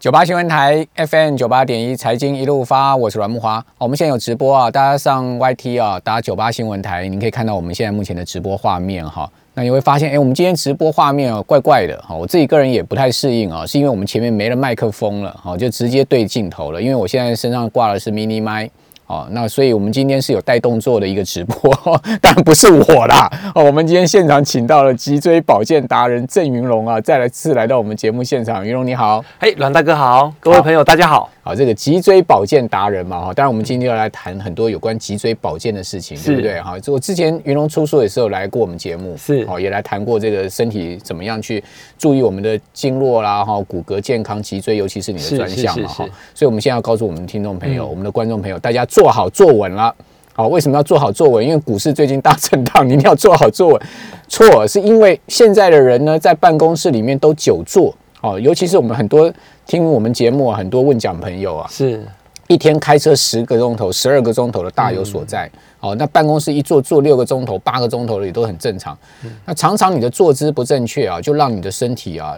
九八新闻台 FM 九八点一财经一路发，我是阮木华。哦我们现在有直播啊，大家上 YT 啊，打九八新闻台，你可以看到我们现在目前的直播画面哈。那你会发现，哎，我们今天直播画面哦，怪怪的哈。我自己个人也不太适应啊，是因为我们前面没了麦克风了，哈，就直接对镜头了。因为我现在身上挂的是 mini 麦，哦，那所以我们今天是有带动作的一个直播， 当然不是我啦。哦，我们今天现场请到了脊椎保健达人郑云龙啊，再来次来到我们节目现场，云龙你好。哎，阮大哥好，各位朋友大家好。好，这个脊椎保健达人嘛，哈，当然我们今天要来谈很多有关脊椎保健的事情，对不对？哈，这我之前云龙出书也是有来过我们节目，是哦，也来谈过这个身体怎么样去注意我们的经络啦，哈，骨骼健康、脊椎，尤其是你的是专项嘛，是是哈嗯是。所以我们现在要告诉我们听众朋友、我们的观众朋友，大家做好坐稳了。好，为什么要做好坐稳？因为股市最近大震荡，你一定要做好坐稳。错，是因为现在的人呢，在办公室里面都久坐，哦，尤其是我们很多听我们节目啊，很多问讲朋友啊，是一天开车十个钟头、十二个钟头的大有所在。嗯哦，那办公室一坐坐六个钟头、八个钟头的也都很正常。嗯那常常你的坐姿不正确啊，就让你的身体啊，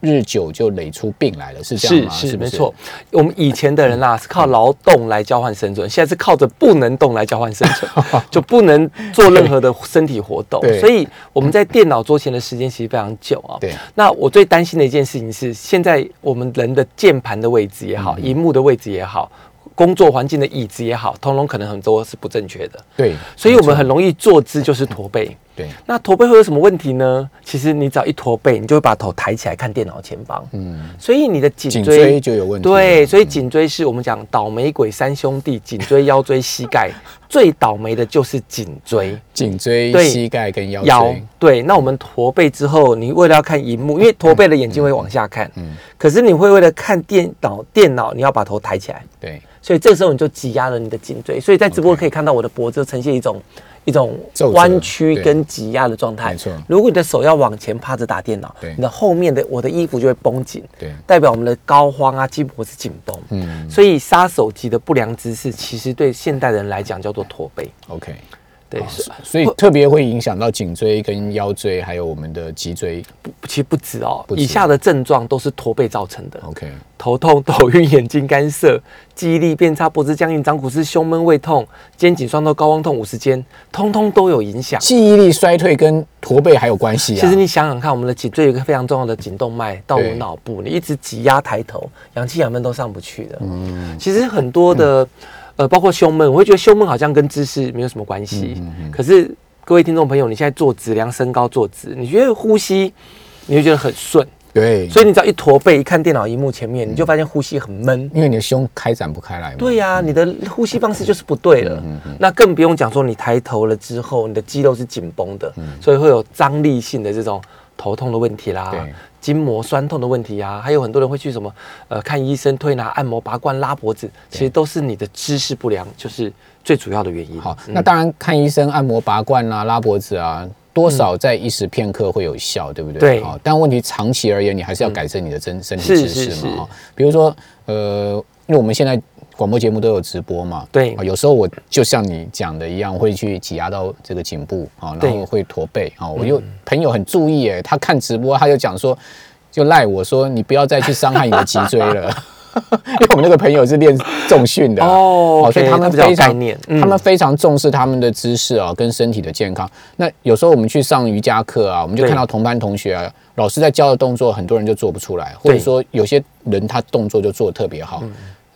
日久就累出病来了，是这样是吗？是，不没错。嗯我们以前的人啦、是靠劳动来交换生存，现在是靠着不能动来交换生 存，就不能做任何的身体活动对。所以我们在电脑桌前的时间其实非常久啊。对，那我最担心的一件事情是，现在我们人的键盘的位置也好，荧、幕的位置也好，工作环境的椅子也好，通通可能很多是不正确的，对，所以我们很容易坐姿就是驼背。对，那驼背会有什么问题呢？其实你只要一驼背，你就会把头抬起来看电脑前方，嗯，所以你的颈颈椎椎就有问题了。嗯对，所以颈椎是我们讲倒霉鬼三兄弟，颈椎、腰椎、膝 盖，最倒霉的就是颈椎。颈椎、对膝盖跟腰腰椎。对，那我们驼背之后，你为了要看 荧幕，因为驼背的眼睛会往下看，嗯可是你会为了看电脑，电脑你要把头抬起来，对，所以这时候你就挤压了你的颈椎，所以在直播可以看到我的脖子呈现一种一种皱褶弯曲对跟挤压的状态。没错如果你的手要往前趴着打电脑对，你的后面的我的衣服就会绷紧，对，代表我们的膏肓啊、筋膜是紧绷。嗯所以杀手级的不良姿势，其实对现代人来讲叫做驼背。 ，OK。对，哦是所以特别会影响到颈椎、跟腰椎，还有我们的脊椎。其实不止哦，不止哦以下的症状都是驼背造成的： OK，头痛、 头晕、眼睛干涩、记忆力变差、脖子僵硬、掌骨刺、胸闷、胃痛、肩颈酸痛、高光痛、五十肩，通通都有影响。记忆力衰退跟驼背还有关系啊。其实你想想看，我们的颈椎有一个非常重要的颈动脉到我对们脑部，你一直挤压抬头，氧气、养分都上不去的。嗯其实很多的，呃，包括胸闷，我会觉得胸闷好像跟姿势没有什么关系。嗯可是各位听众朋友，你现在坐直，量身高坐直，你觉得呼吸，你会觉得很顺。对，所以你只要一驼背，一看电脑荧幕前面，你就发现呼吸很闷。因为你的胸开展不开来嘛。嗯对呀、你的呼吸方式就是不对了。那更不用讲说你抬头了之后，你的肌肉是紧绷的，嗯所以会有张力性的这种头痛的问题啦对，筋膜酸痛的问题啊，还有很多人会去什么呃看医生、推拿、按摩、拔罐、拉脖子，其实都是你的姿势不良，就是最主要的原因。好，那当然看医生、按摩、拔罐啊、拉脖子啊，多少在一时片刻会有效，对不对？对好，但问题长期而言，你还是要改正你的身身体是姿是势是嘛。哈，比如说，呃，因为我们现在广播节目都有直播嘛，对啊有时候我就像你讲的一样，会去挤压到这个颈部啊，然后对嗯会驼背啊。我有朋友很注意诶，他看直播他就讲说，就赖我说你不要再去伤害你的脊椎了。 因为我们那个朋友是练重训的啊哦所以 OK，他们他比较有非常概念嗯他们非常重视他们的姿势啊，跟身体的健康。那有时候我们去上瑜伽课啊，我们就对看到同班同学啊，老师在教的动作，很多人就做不出来，或者对说有些人他动作就做得特别好。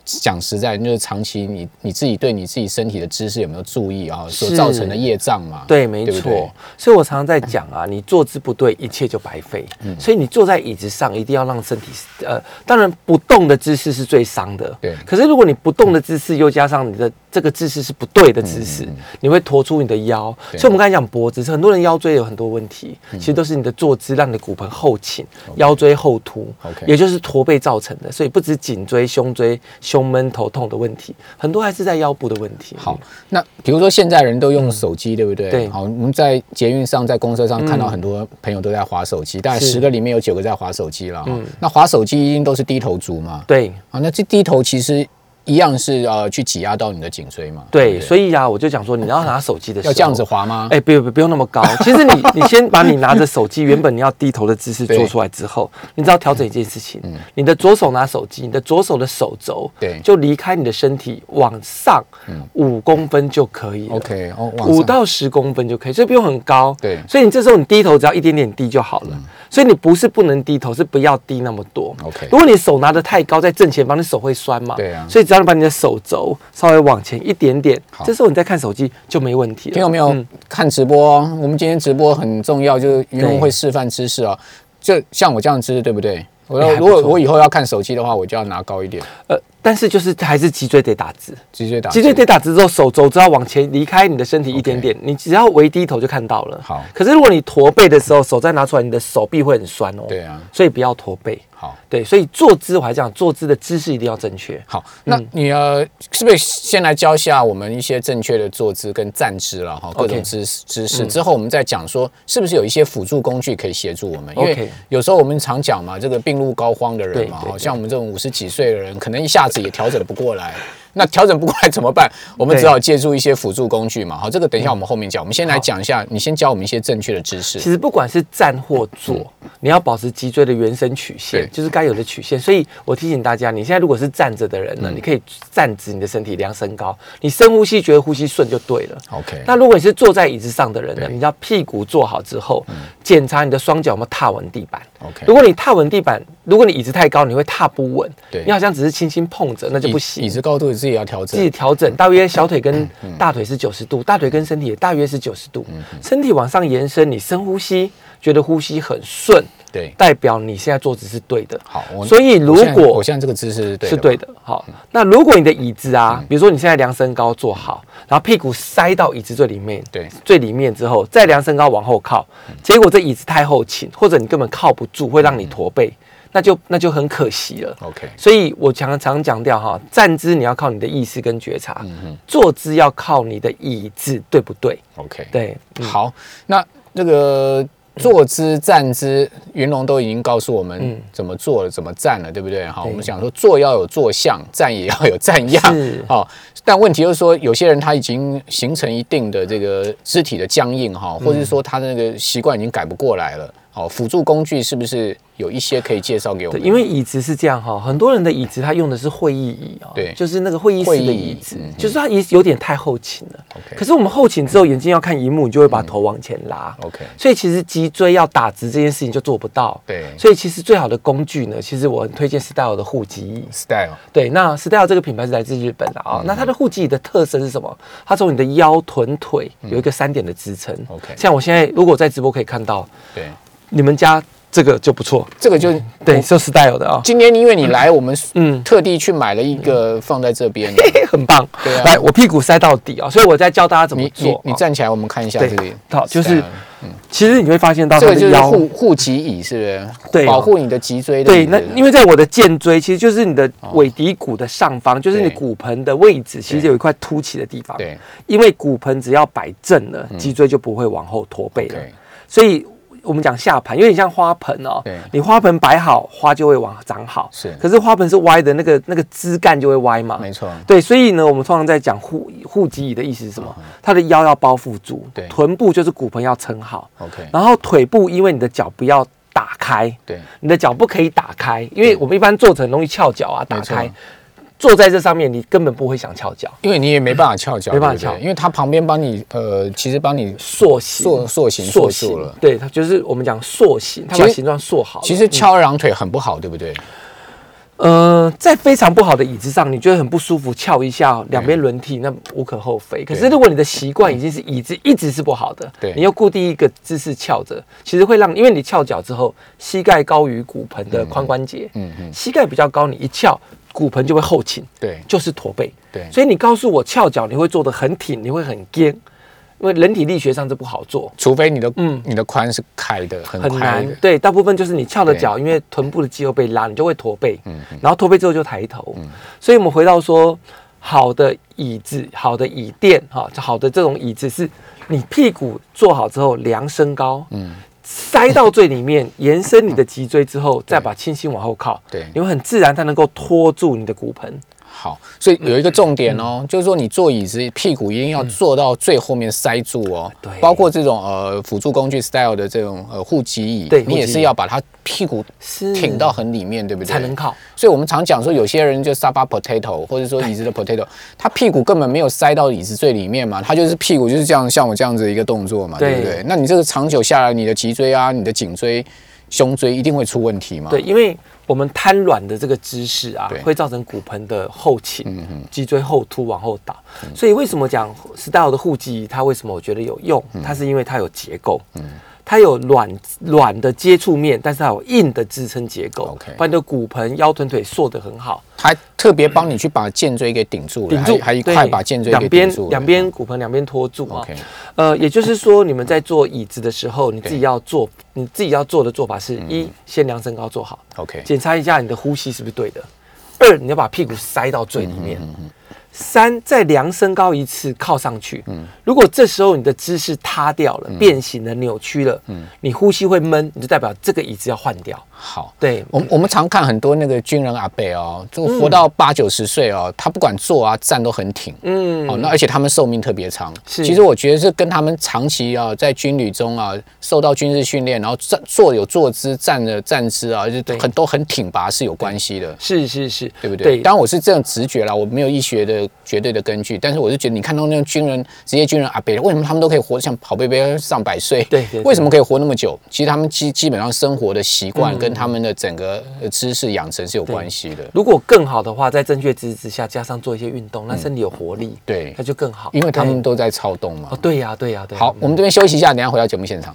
讲实在，就是长期你你自己对你自己身体的姿势有没有注意啊，所是造成的业障嘛？对，没不错。对所以我常常在讲啊，你坐姿不对，一切就白费。嗯嗯所以你坐在椅子上，一定要让身体呃，当然不动的姿势是最伤的。对可是如果你不动的姿势，又加上你的这个姿势是不对的姿势，你会驼出你的腰。嗯对嗯所以我们刚才讲脖子，是很多人腰椎有很多问题，其实都是你的坐姿让你的骨盆后倾，腰椎后凸 OK 也就是驼背造成的。所以不止颈椎、胸椎、胸闷、头痛的问题，很多还是在腰部的问题。好，那比如说现在人都用手机，对不对？嗯对嗯好，我们在捷运上、在公车上看到很多朋友都在划手机，大概是嗯十个里面有九个在划手机了。哈那划手机一定都是低头族嘛？。对。啊，那这低头其实一样是呃去挤压到你的颈椎嘛。对，以所以呀，我就讲说，你要拿手机的时候要这样子滑吗？哎、不用不用那么 高。其实你你先把你拿着手机原本你要低头的姿势 对嗯做出来之后，你只要调整一件事情，你的左手拿手机，你的左手的手肘对嗯就离开你的身体往上五公分就可以了。 OK，哦，往五上到十公分就可以，所以不用很高。对嗯所以你这时候你低头只要一点点低就好了。所以你不是不能低头，是不要低那么多。 OK 如果你手拿得太高，在正前方，你手会酸嘛？对啊所以只要你把你的手肘稍微往前一点点好，这时候你再看手机就没问题了。听有没有嗯看直播？哦我们今天直播很重要，就是云龙会示范姿势哦。就像我这样的姿势，对不对？我哎还不如果错我以后要看手机的话，我就要拿高一点，呃，但是就是还是脊椎得打直，啊脊椎打脊直。椎得打直之后，手肘只要往前离开你的身体一点点你只要微低头就看到了。好可是如果你驼背的时候，手再拿出来，你的手臂会很酸哦。对啊所以不要驼背。好。对，所以坐姿我还讲，坐姿的姿势一定要正确。好，那嗯你呃，是不是先来教一下我们一些正确的坐姿跟站姿了哈？各种 OK 嗯姿势姿势之后，我们再讲说是不是有一些辅助工具可以协助我们？因为 OK 有时候我们常讲嘛，这个病入膏肓的人嘛，对对好像我们这种五十几岁的人，可能一下子也调整不过来。那调整不过来怎么办？我们对只好借助一些辅助工具嘛。好，这个等一下我们后面讲。我们先来讲一下，你先教我们一些正确的姿势。其实不管是站或坐，你要保持脊椎的原生曲嗯对线，就是该有的曲线。所以我提醒大家，你现在如果是站着的人呢，嗯你可以站直你的身体，量身高，你深呼吸，觉得呼吸顺就对了。 OK，那如果你是坐在椅子上的人呢，对嗯你要屁股坐好之后，检查你的双脚有没有踏稳地板。哦 OK，如果你踏稳地板，如果你椅子太高，你会踏不稳对，你好像只是轻轻碰着，那就不椅椅行。子高度自己要调自己整。调整，大约小腿嗯跟大腿是九十度，大腿跟身体也大约是九十度，嗯身体往上延伸，你深呼吸，觉得呼吸很顺，对，代表你现在坐姿是对的。好，我所以如我现在果我现在这个姿势是对的是吗，嗯对的。好，那如果你的椅子啊，比如说你现在量身高坐好，然后屁股塞到椅子最里面，嗯对嗯最里面之后再量身高往后靠，结果这椅子太后倾，或者你根本靠不住，会让你驼背，嗯那就那就很可惜了。 OK，所以我常常强调哈，站姿你要靠你的意识跟觉察，嗯坐姿要靠你的椅子，对不对？ OK，对，嗯好，那这个坐姿、站姿，云龙都已经告诉我嗯们怎么做了、怎么站了，对不对？好，我们想说坐要有坐相，站也要有站样是， 好。但问题就是说，有些人他已经形成一定的这个肢体的僵硬哈，或者是嗯说他的那个习惯已经改不过来了。好，辅助工具是不是有一些可以介绍给我对，们？因为椅子是这样哈，很多人的椅子他用的是会议椅啊，对就是那个会议室会议的椅椅子嗯，就是它椅子有点太后倾了。 OK 可是我们后倾之后，眼睛要看荧幕，你就会把嗯头往前拉。 OK 所以其实脊椎要打直这件事情就做不到。对所以其实最好的工具呢，其实我很推荐 Style 的护脊椅。 style 对，那 Style 这个品牌是来自日本的嗯啊、那它的护脊椅的特色是什么？它从你的腰、臀、腿有一个三点的支撑。嗯 OK 像我现在如果在直播可以看到，对，你们家这个就不错，这个就对，是 Style 的啊、今天因为你来，我们嗯特地去买了一个放在这边的。 很棒。对啊来，我屁股塞到底啊、所以我在教大家怎么你做你哦。你站起来，我们看一下对这里。好就是 style 嗯其实你会发现到这他个的就是腰，护护脊椅，是不是？对啊保护你的脊椎的椅对，子。那因为在我的荐椎，其实就是你的尾骶骨的上方，就是你对骨盆的位置，其实对有一块凸起的地方。对，因为骨盆只要摆正了，脊椎就不会往后驼背了嗯 OK。所以我们讲下盘，有点像花盆哦对。你花盆摆好，花就会往长好。是可是花盆是歪的，那个那个枝干就会歪嘛。没错。对，所以呢，我们通常在讲护护脊椅的意思是什么？它的腰要包覆住嗯对，臀部就是骨盆要撑好， OK，然后腿部因为你的脚不要打开，对你的脚不可以打开，因为我们一般坐着很容易翘脚啊，打没错开。坐在这上面，你根本不会想翘脚，因为你也没办法翘脚，没办法对不对翘嗯因为它旁边帮你呃，其实帮你。塑形、塑塑形塑住了对，它就是我们讲塑形，它其把实形状塑好了。其实翘二郎腿很不好，对不对？呃，在非常不好的椅子上，你觉得很不舒服，翘一下，两边轮替，那无可厚非。可是如果你的习惯已经是椅子一直是不好的，对你又固定一个姿势翘着，其实会让，因为你翘脚之后，膝盖高于骨盆的髋关节，嗯嗯，膝盖比较高，你一翘，骨盆就会后倾，对就是驼背。对所以你告诉我翘脚，你会坐得很挺，你会很坚，因为人体力学上这不好做。除非你的你的髋是开的，很嗯很开难的，。对，大部分就是你翘的脚，因为臀部的肌肉被拉，你就会驼背，嗯然后驼背之后就抬头，所以我们回到说，好的椅子、好的椅垫哈，好的这种椅子是你屁股坐好之后量身高，嗯塞到最里面，延伸你的脊椎之后，再把轻轻往后靠， 对你会很自然，它能够托住你的骨盆，好，所以有一个重点哦，就是说你坐椅子屁股一定要坐到最后面塞住哦。嗯对包括这种呃辅助工具 style 的这种呃护脊椅，对你也护脊椅是要把它屁股是挺到很里面，对不对？才能靠。所以我们常讲说，有些人就沙发 potato，或者说椅子的 potato，他屁股根本没有塞到椅子最里面嘛，他就是屁股就是这样，像我这样子的一个动作嘛，对不对对？那你这个长久下来，你的脊椎啊、你的颈椎、胸椎一定会出问题嘛？对，，因为我们瘫软的这个姿势啊啊对，嗯会造成骨盆的后倾、脊椎后凸往后倒。所以为什么讲 style 的护脊，它为什么我觉得有用？嗯它是因为它有结构。它有软软的接触面，但是它有硬的支撑结构 OK 把你的骨盆、腰、臀、腿塑得很好，还特别帮你去把肩椎给顶住了，顶住，还还一对块把肩椎给两顶住边了两边骨盆两边托住啊。 OK，呃，也就是说，你们在做椅子的时候，你自己要做，你自己要做的做法是：嗯一，先量身高做好， OK，检查一下你的呼吸是不是对的；二，你要把屁股塞到最里面；嗯三，再量身高一次靠上去。嗯如果这时候你的姿势塌掉了、变形了、扭曲了，嗯你呼吸会闷，你就代表这个椅子要换掉。好。对，我我们常看很多那个军人阿伯哦，就活到八九十岁哦，他不管坐啊站都很挺，嗯，哦，那而且他们寿命特别长。是其实我觉得是跟他们长期啊在军旅中啊受到军事训练，然后站坐有坐姿，站的站姿啊，就是对很都很挺拔是有关系的。是是是，对不对？对当然我是这样直觉啦，我没有医学的绝对的根据，但是我是觉得你看到那种军人、职业军人阿伯，为什么他们都可以活得像跑贝贝上百岁？对对对为什么可以活那么久？其实他们基基本上生活的习惯跟他们的整个呃知识养成是有关系的。如果更好的话，在正确姿势下加上做一些运动，那身体有活力，对那就更好。嗯因为他们对都在操动嘛哦，。对呀，对呀，对呀。嗯好，我们这边休息一下，等一下回到节目现场。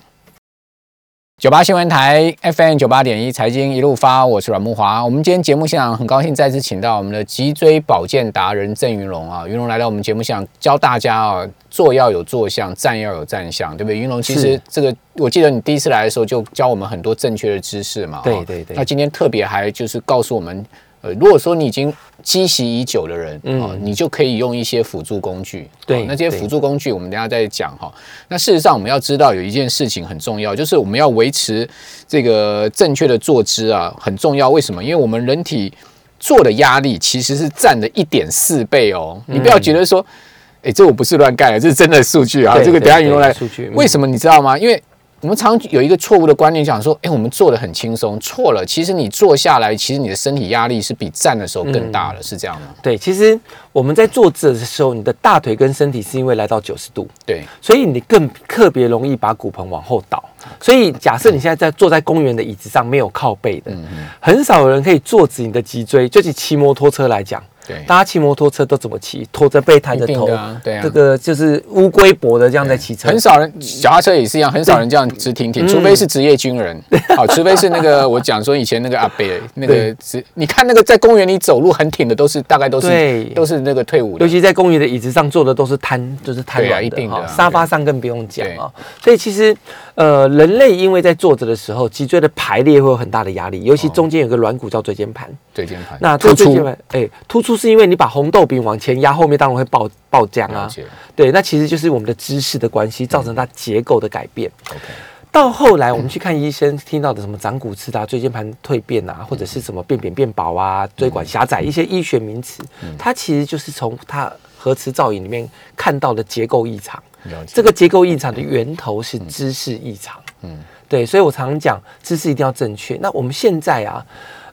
九八新闻台 FM 九八点一财经一路发，我是阮木华。我们今天节目现场很高兴再次请到我们的脊椎保健达人郑云龙啊，云龙来到我们节目现场教大家啊，坐要有坐相，站要有站相，对不对？云龙其实是这个我记得你第一次来的时候就教我们很多正确的知识嘛，对哦对对那今天特别还就是告诉我们，呃，如果说你已经积习已久的人，嗯、嗯你就可以用一些辅助工具，对哦那这些对辅助工具我们等一下再讲哈。那事实上我们要知道有一件事情很重要，就是我们要维持这个正确的坐姿啊，很重要。为什么？因为我们人体坐的压力其实是占了一点四倍哦。嗯你不要觉得说，哎、这我不是乱盖的，这是真的数据啊。对这个等一下对云龙来对数据嗯为什么你知道吗？因为我们常有一个错误的观念，讲说，哎、我们坐的很轻松，错了。其实你坐下来，其实你的身体压力是比站的时候更大了，嗯是这样吗？对，其实我们在坐姿的时候，你的大腿跟身体是因为来到九十度，对，所以你更特别容易把骨盆往后倒。所以假设你现在在坐在公园的椅子上，没有靠背的，嗯很少有人可以坐直你的脊椎。就你骑摩托车来讲。对大家骑摩托车都怎么骑？驼着背，抬着一定头的啊对啊这个就是乌龟脖的这样在骑车。嗯很少人，脚踏车也是一样，很少人这样直挺挺，除非是职业军 人，好，除非是那个 我讲说以前那个阿北那个对职，你看那个在公园里走路很挺的，都是大概都是对都是那个退伍的尤，其在公园的椅子上坐的都是瘫，就是瘫对啊软一的定的哈啊沙发对上更不用讲对啊。所以其实，呃，人类因为在坐着的时候，脊椎的排列会有很大的压力，尤其哦中间有个软骨叫椎间盘。椎间盘那突这个椎出间盘，哎、突出是因为你把红豆饼往前压，后面当然会爆爆浆了啊。解对，那其实就是我们的姿势的关系，造成它结构的改变。嗯，OK，到后来，我们去看医生，听到的什么长骨刺啊、椎间盘蜕变啊，或者是什么变扁变薄啊、嗯椎管狭窄一些医学名词，它其实就是从它核磁造影里面看到的结构异常。了解这个结构异常的源头是姿势异常。嗯，对，所以我常讲姿势一定要正确。那我们现在啊，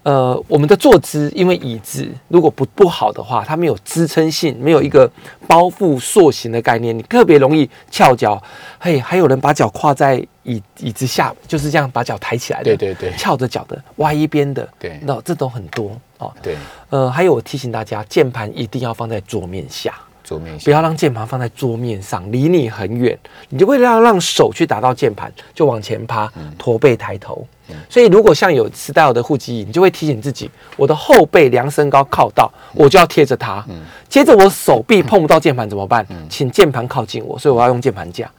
呃，我们的坐姿因为椅子如果不不好的话，它没有支撑性，没有一个包覆塑形的概念，你特别容易翘脚。嘿，还有人把脚跨在椅椅子下，就是这样把脚抬起来的，对对对翘着脚的，歪一边的，对那这种很多哦。对，呃，还有我提醒大家，键盘一定要放在桌面下。桌面不下要让键盘放在桌面上，离你很远，你就为了要让手去打到键盘，就往前趴，驼背抬头。所以，如果像有 style 的护脊椅，你就会提醒自己，我的后背量身高靠到，我就要贴着它。接着我手臂碰不到键盘怎么办？请键盘靠近我，所以我要用键盘架。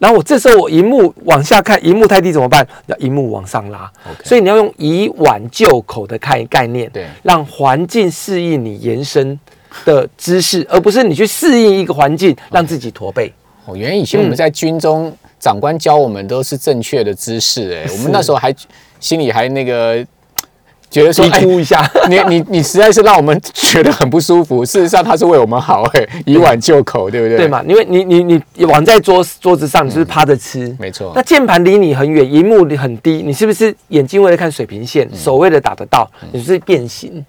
然后我这时候我荧幕往下看，荧幕太低怎么办？要荧幕往上拉。所以你要用以碗就口的概概念，对让环境适应你延伸的姿势，而不是你去适应一个环境，让自己驼背。哦，原来以前我们嗯在军中，长官教我们都是正确的姿势，哎，我们那时候还心里还那个。觉得说，低估一下哎 你你你实在是让我们觉得很不舒服。事实上，他是为我们好、哎，以碗就口，对不对？嗯对？嘛？因为你你你你碗在桌桌子上，你就是趴着吃，没错那键盘离你很远，荧幕离很低，你是不是眼睛为了看水平线，嗯手为了打得到，你就是变形。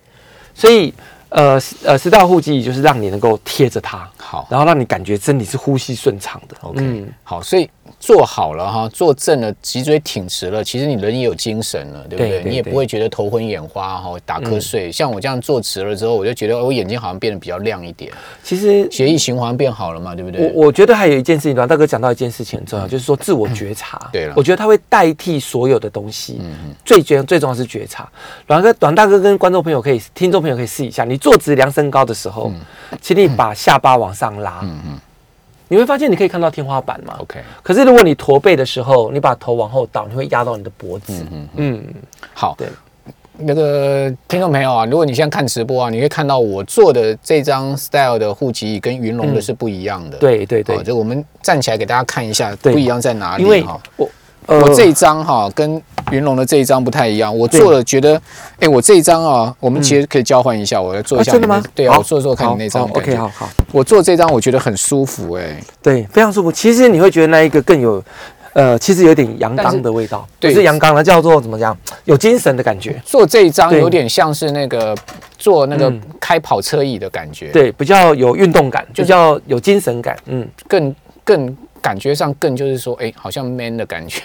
所以，呃十呃，食道护肌就是让你能够贴着它，好然后让你感觉身体是呼吸顺畅的。嗯，OK，、好，嗯所以做好了哈，坐正了，脊椎挺直了，其实你人也有精神了，对不对？对嗯对你也不对会觉得头昏眼花哈，打瞌睡。像我这样坐直了之后，我就觉得哦我眼睛好像变得比较亮一点，其实血液循环变好了嘛，对不对？我我觉得还有一件事情，阮大哥讲到一件事情很重要，就是说自我觉察。嗯对嗯了我觉得它会代替所有的东西。最觉最重要是觉察。阮哥，阮大哥跟观众朋友可以、听众朋友可以试一下，你坐直量身高的时候，嗯请你把下巴往上拉。你会发现你可以看到天花板嘛。 OK，可是如果你驼背的时候，你把头往后倒，你会压到你的脖子。嗯，好，对。那个听众朋友啊，如果你现在看直播啊，你会看到我做的这张 Style 的护脊跟云龙的是不一样的。嗯对对好，对，就我们站起来给大家看一下对不一样在哪里。因为哈我我这一张哈跟云龙的这一张不太一样，我做了觉得，哎，我这一张啊，我们其实可以交换一下，我来做一啊下嗯真你的那。吗？对啊，好我做做看你那张好好感觉 OK，好好。我做这张我觉得很舒服哎，对，非常舒服。其实你会觉得那一个更有，呃，其实有点阳但是刚的味道，对不是阳刚了，叫做怎么讲，有精神的感觉。做这一张对有点像是那个做那个嗯开跑车椅的感觉，，对，比较有运动感，就是比较有精神感。嗯，更更感觉上更就是说，哎，好像 man 的感觉。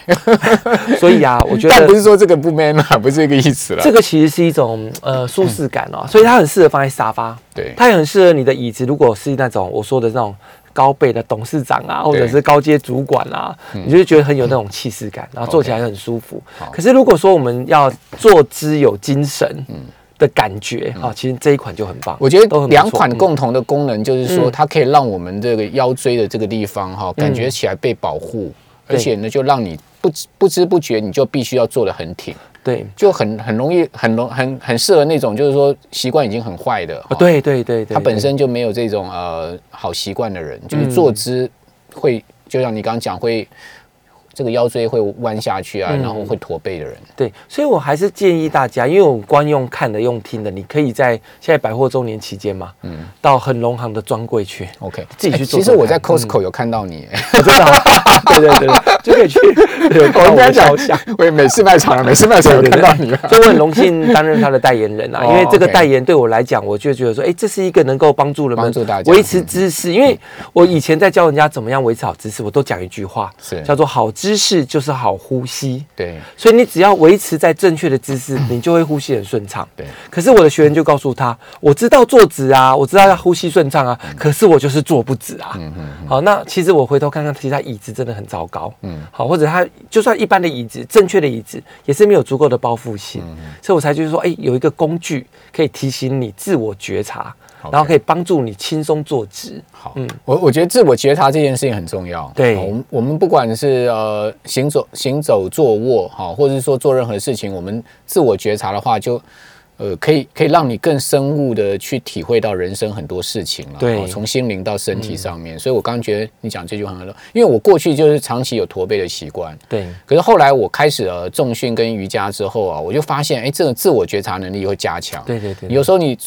所以啊，我 觉但不得是说这个不 man 啦，不是这个意思啦。这个其实是一种呃舒适感哦，所以它很适合放在沙发，对，它也很适合你的椅子。如果是那种我说的那种高倍的董事长啊，或者是高阶主管啊，嗯你就会觉得很有那种气势感，然后坐起来很舒服。可是如果说我们要坐姿有精神，的感觉啊，其实这一款就很棒。嗯我觉都得很不错两款共同的功能就是说，嗯它可以让我们这个腰椎的这个地方哈，感觉起来被保护，而对且呢，就让你不知不知不觉你就必须要坐得很挺，对，就很很容易很容很很适合那种就是说习惯已经很坏的，哦哈，对对对对，他本对身就没有这种呃好习惯的人，就是坐姿会就像你刚刚讲会。这个腰椎会弯下去嗯啊，然后会驼背的人，对，所以我还是建议大家，因为我光用看的、用听的，你可以在现在百货周年期间嘛，嗯，到恒隆行的专柜去， OK，自己去哎做其实做我在看嗯 Costco 有看到 你，我知道，对对对，对就可以去 有我跟应我该们讲照相。， 我也美式卖场了，美式卖场有看到你 了。所以我很荣幸担任他的代言人啊，啊 哦因为这个 OK 代言对我来讲，我就觉得说，哎、这是一个能够帮助人帮们助大家嗯维持知识，因为我以前在教人家怎么样维持好知识，我都讲一句话，是叫做好知识就是好呼吸。对所以你只要维持在正确的姿势，你就会呼吸很顺畅。对，可是我的学员就告诉他，我知道坐直啊，我知道要呼吸顺畅啊，可是我就是坐不直啊。好，那其实我回头看看，其实他椅子真的很糟糕。嗯，好，或者他就算一般的椅子，正确的椅子也是没有足够的包覆性，所以我才就是说，哎、有一个工具可以提醒你自我觉察，然后可以帮助你轻松坐直。好，嗯我我觉得自我觉察这件事情很重要。对好我们我们不管是呃行走、行走、坐卧，好，或者是说做任何事情，我们自我觉察的话，就呃可以可以让你更深入的去体会到人生很多事情了。对好从心灵到身体上面。所以我刚刚觉得你讲这句话很好，因为我过去就是长期有驼背的习惯，对，可是后来我开始了重训跟瑜伽之后啊，我就发现，哎，这种自我觉察能力会加强。对对对对有时候你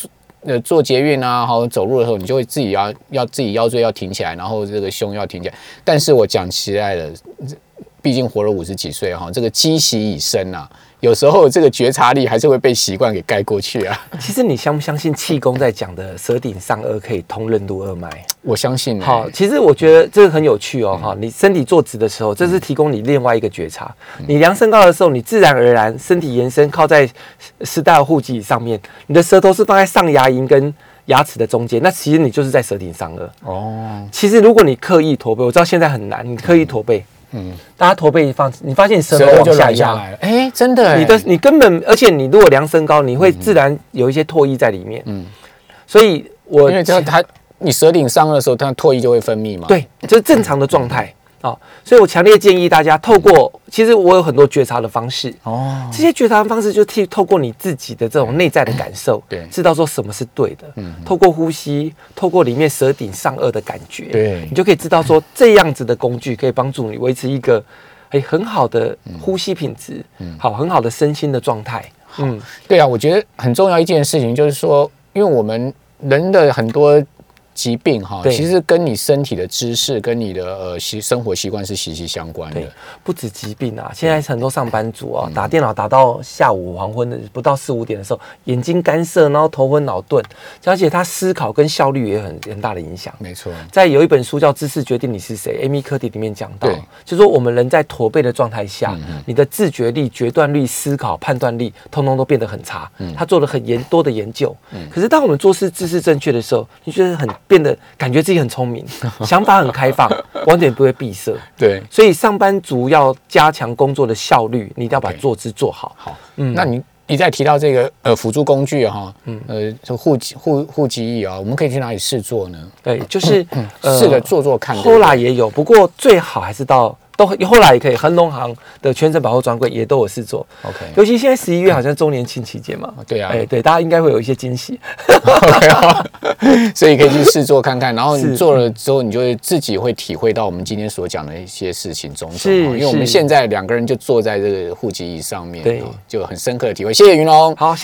呃坐捷运啊，好走路的时候，你就会自己要要自己腰椎要挺起来，然后这个胸要挺起来。但是我讲实在的，毕竟活了五十几岁哈、这个积习已深啊，有时候这个觉察力还是会被习惯给盖过去啊。 其实你相不相信气功在讲的舌顶上颚可以通任督二脉？我相信、欸。好，其实我觉得这个很有趣嗯哦，哈、你身体坐直的时候，这是提供你另外一个觉察。嗯你量身高的时候，你自然而然身体延伸靠在食道护脊上面，你的舌头是放在上牙龈跟牙齿的中间，那其实你就是在舌顶上颚。哦，其实如果你刻意驼背，我知道现在很难，你刻意驼背，嗯，大家驼背放，你发现你舌头舌头往就下软下压。来了。哎、嗯真的、欸，你的你根本，而且你如果量身高，你会自然有一些唾液在里面，嗯，所以我因为它它你舌顶上的时候，它唾液就会分泌嘛。。对，这是正常的状态哦。所以我强烈建议大家透过，其实我有很多觉察的方式，哦。这些觉察的方式就替透过你自己的这种内在的感受，对嗯知道说什么是对的。透过呼吸，透过里面舌顶上颚的感觉，对你就可以知道说这样子的工具可以帮助你嗯维持一个。哎，很好的呼吸品质，好，很好的身心的状态，嗯，对啊，我觉得很重要一件事情就是说，因为我们人的很多疾病哈，对其实跟你身体的知识跟你的呃习生活习惯是息息相关对的。，不止疾病啊，现在很多上班族啊，打电脑打到下午黄昏的不到四五点的时候，眼睛干涩，然后头昏脑钝，而且他思考跟效率也很很大的影响。没错，在有一本书叫《知识决定你是谁》，Amy Cuddy 里面讲到对，就说我们人在驼背的状态下，你的自觉力、决断力、思考、判断力，通通都变得很差。他做了很严多的研究，可是当我们做事知识正确的时候，你觉得很变得感觉自己很聪明，想法很开放，完全不会闭塞。对。所以上班族要加强工作的效率，你一定要把 OK 坐姿做好。好，嗯那你你再提到这个呃辅助工具哈，嗯，呃，就护脊护护脊椅啊，我们可以去哪里试做呢？对，就是嗯呃试着做做看。对不后对来也有，不过最好还是到都后来也可以，恒隆行的全省百货专柜也都有试做。 OK 尤其现在十一月好像周年庆期间嘛，对啊哎、对，大家应该会有一些惊喜。 ，OK 好， 所以可以去试做看看，然后你是做了之后，你就会自己会体会到我们今天所讲的一些事情种种哈。是因为我们是现在两个人就坐在这个护脊椅上面，对哦就很深刻的体会。谢谢云龙，好，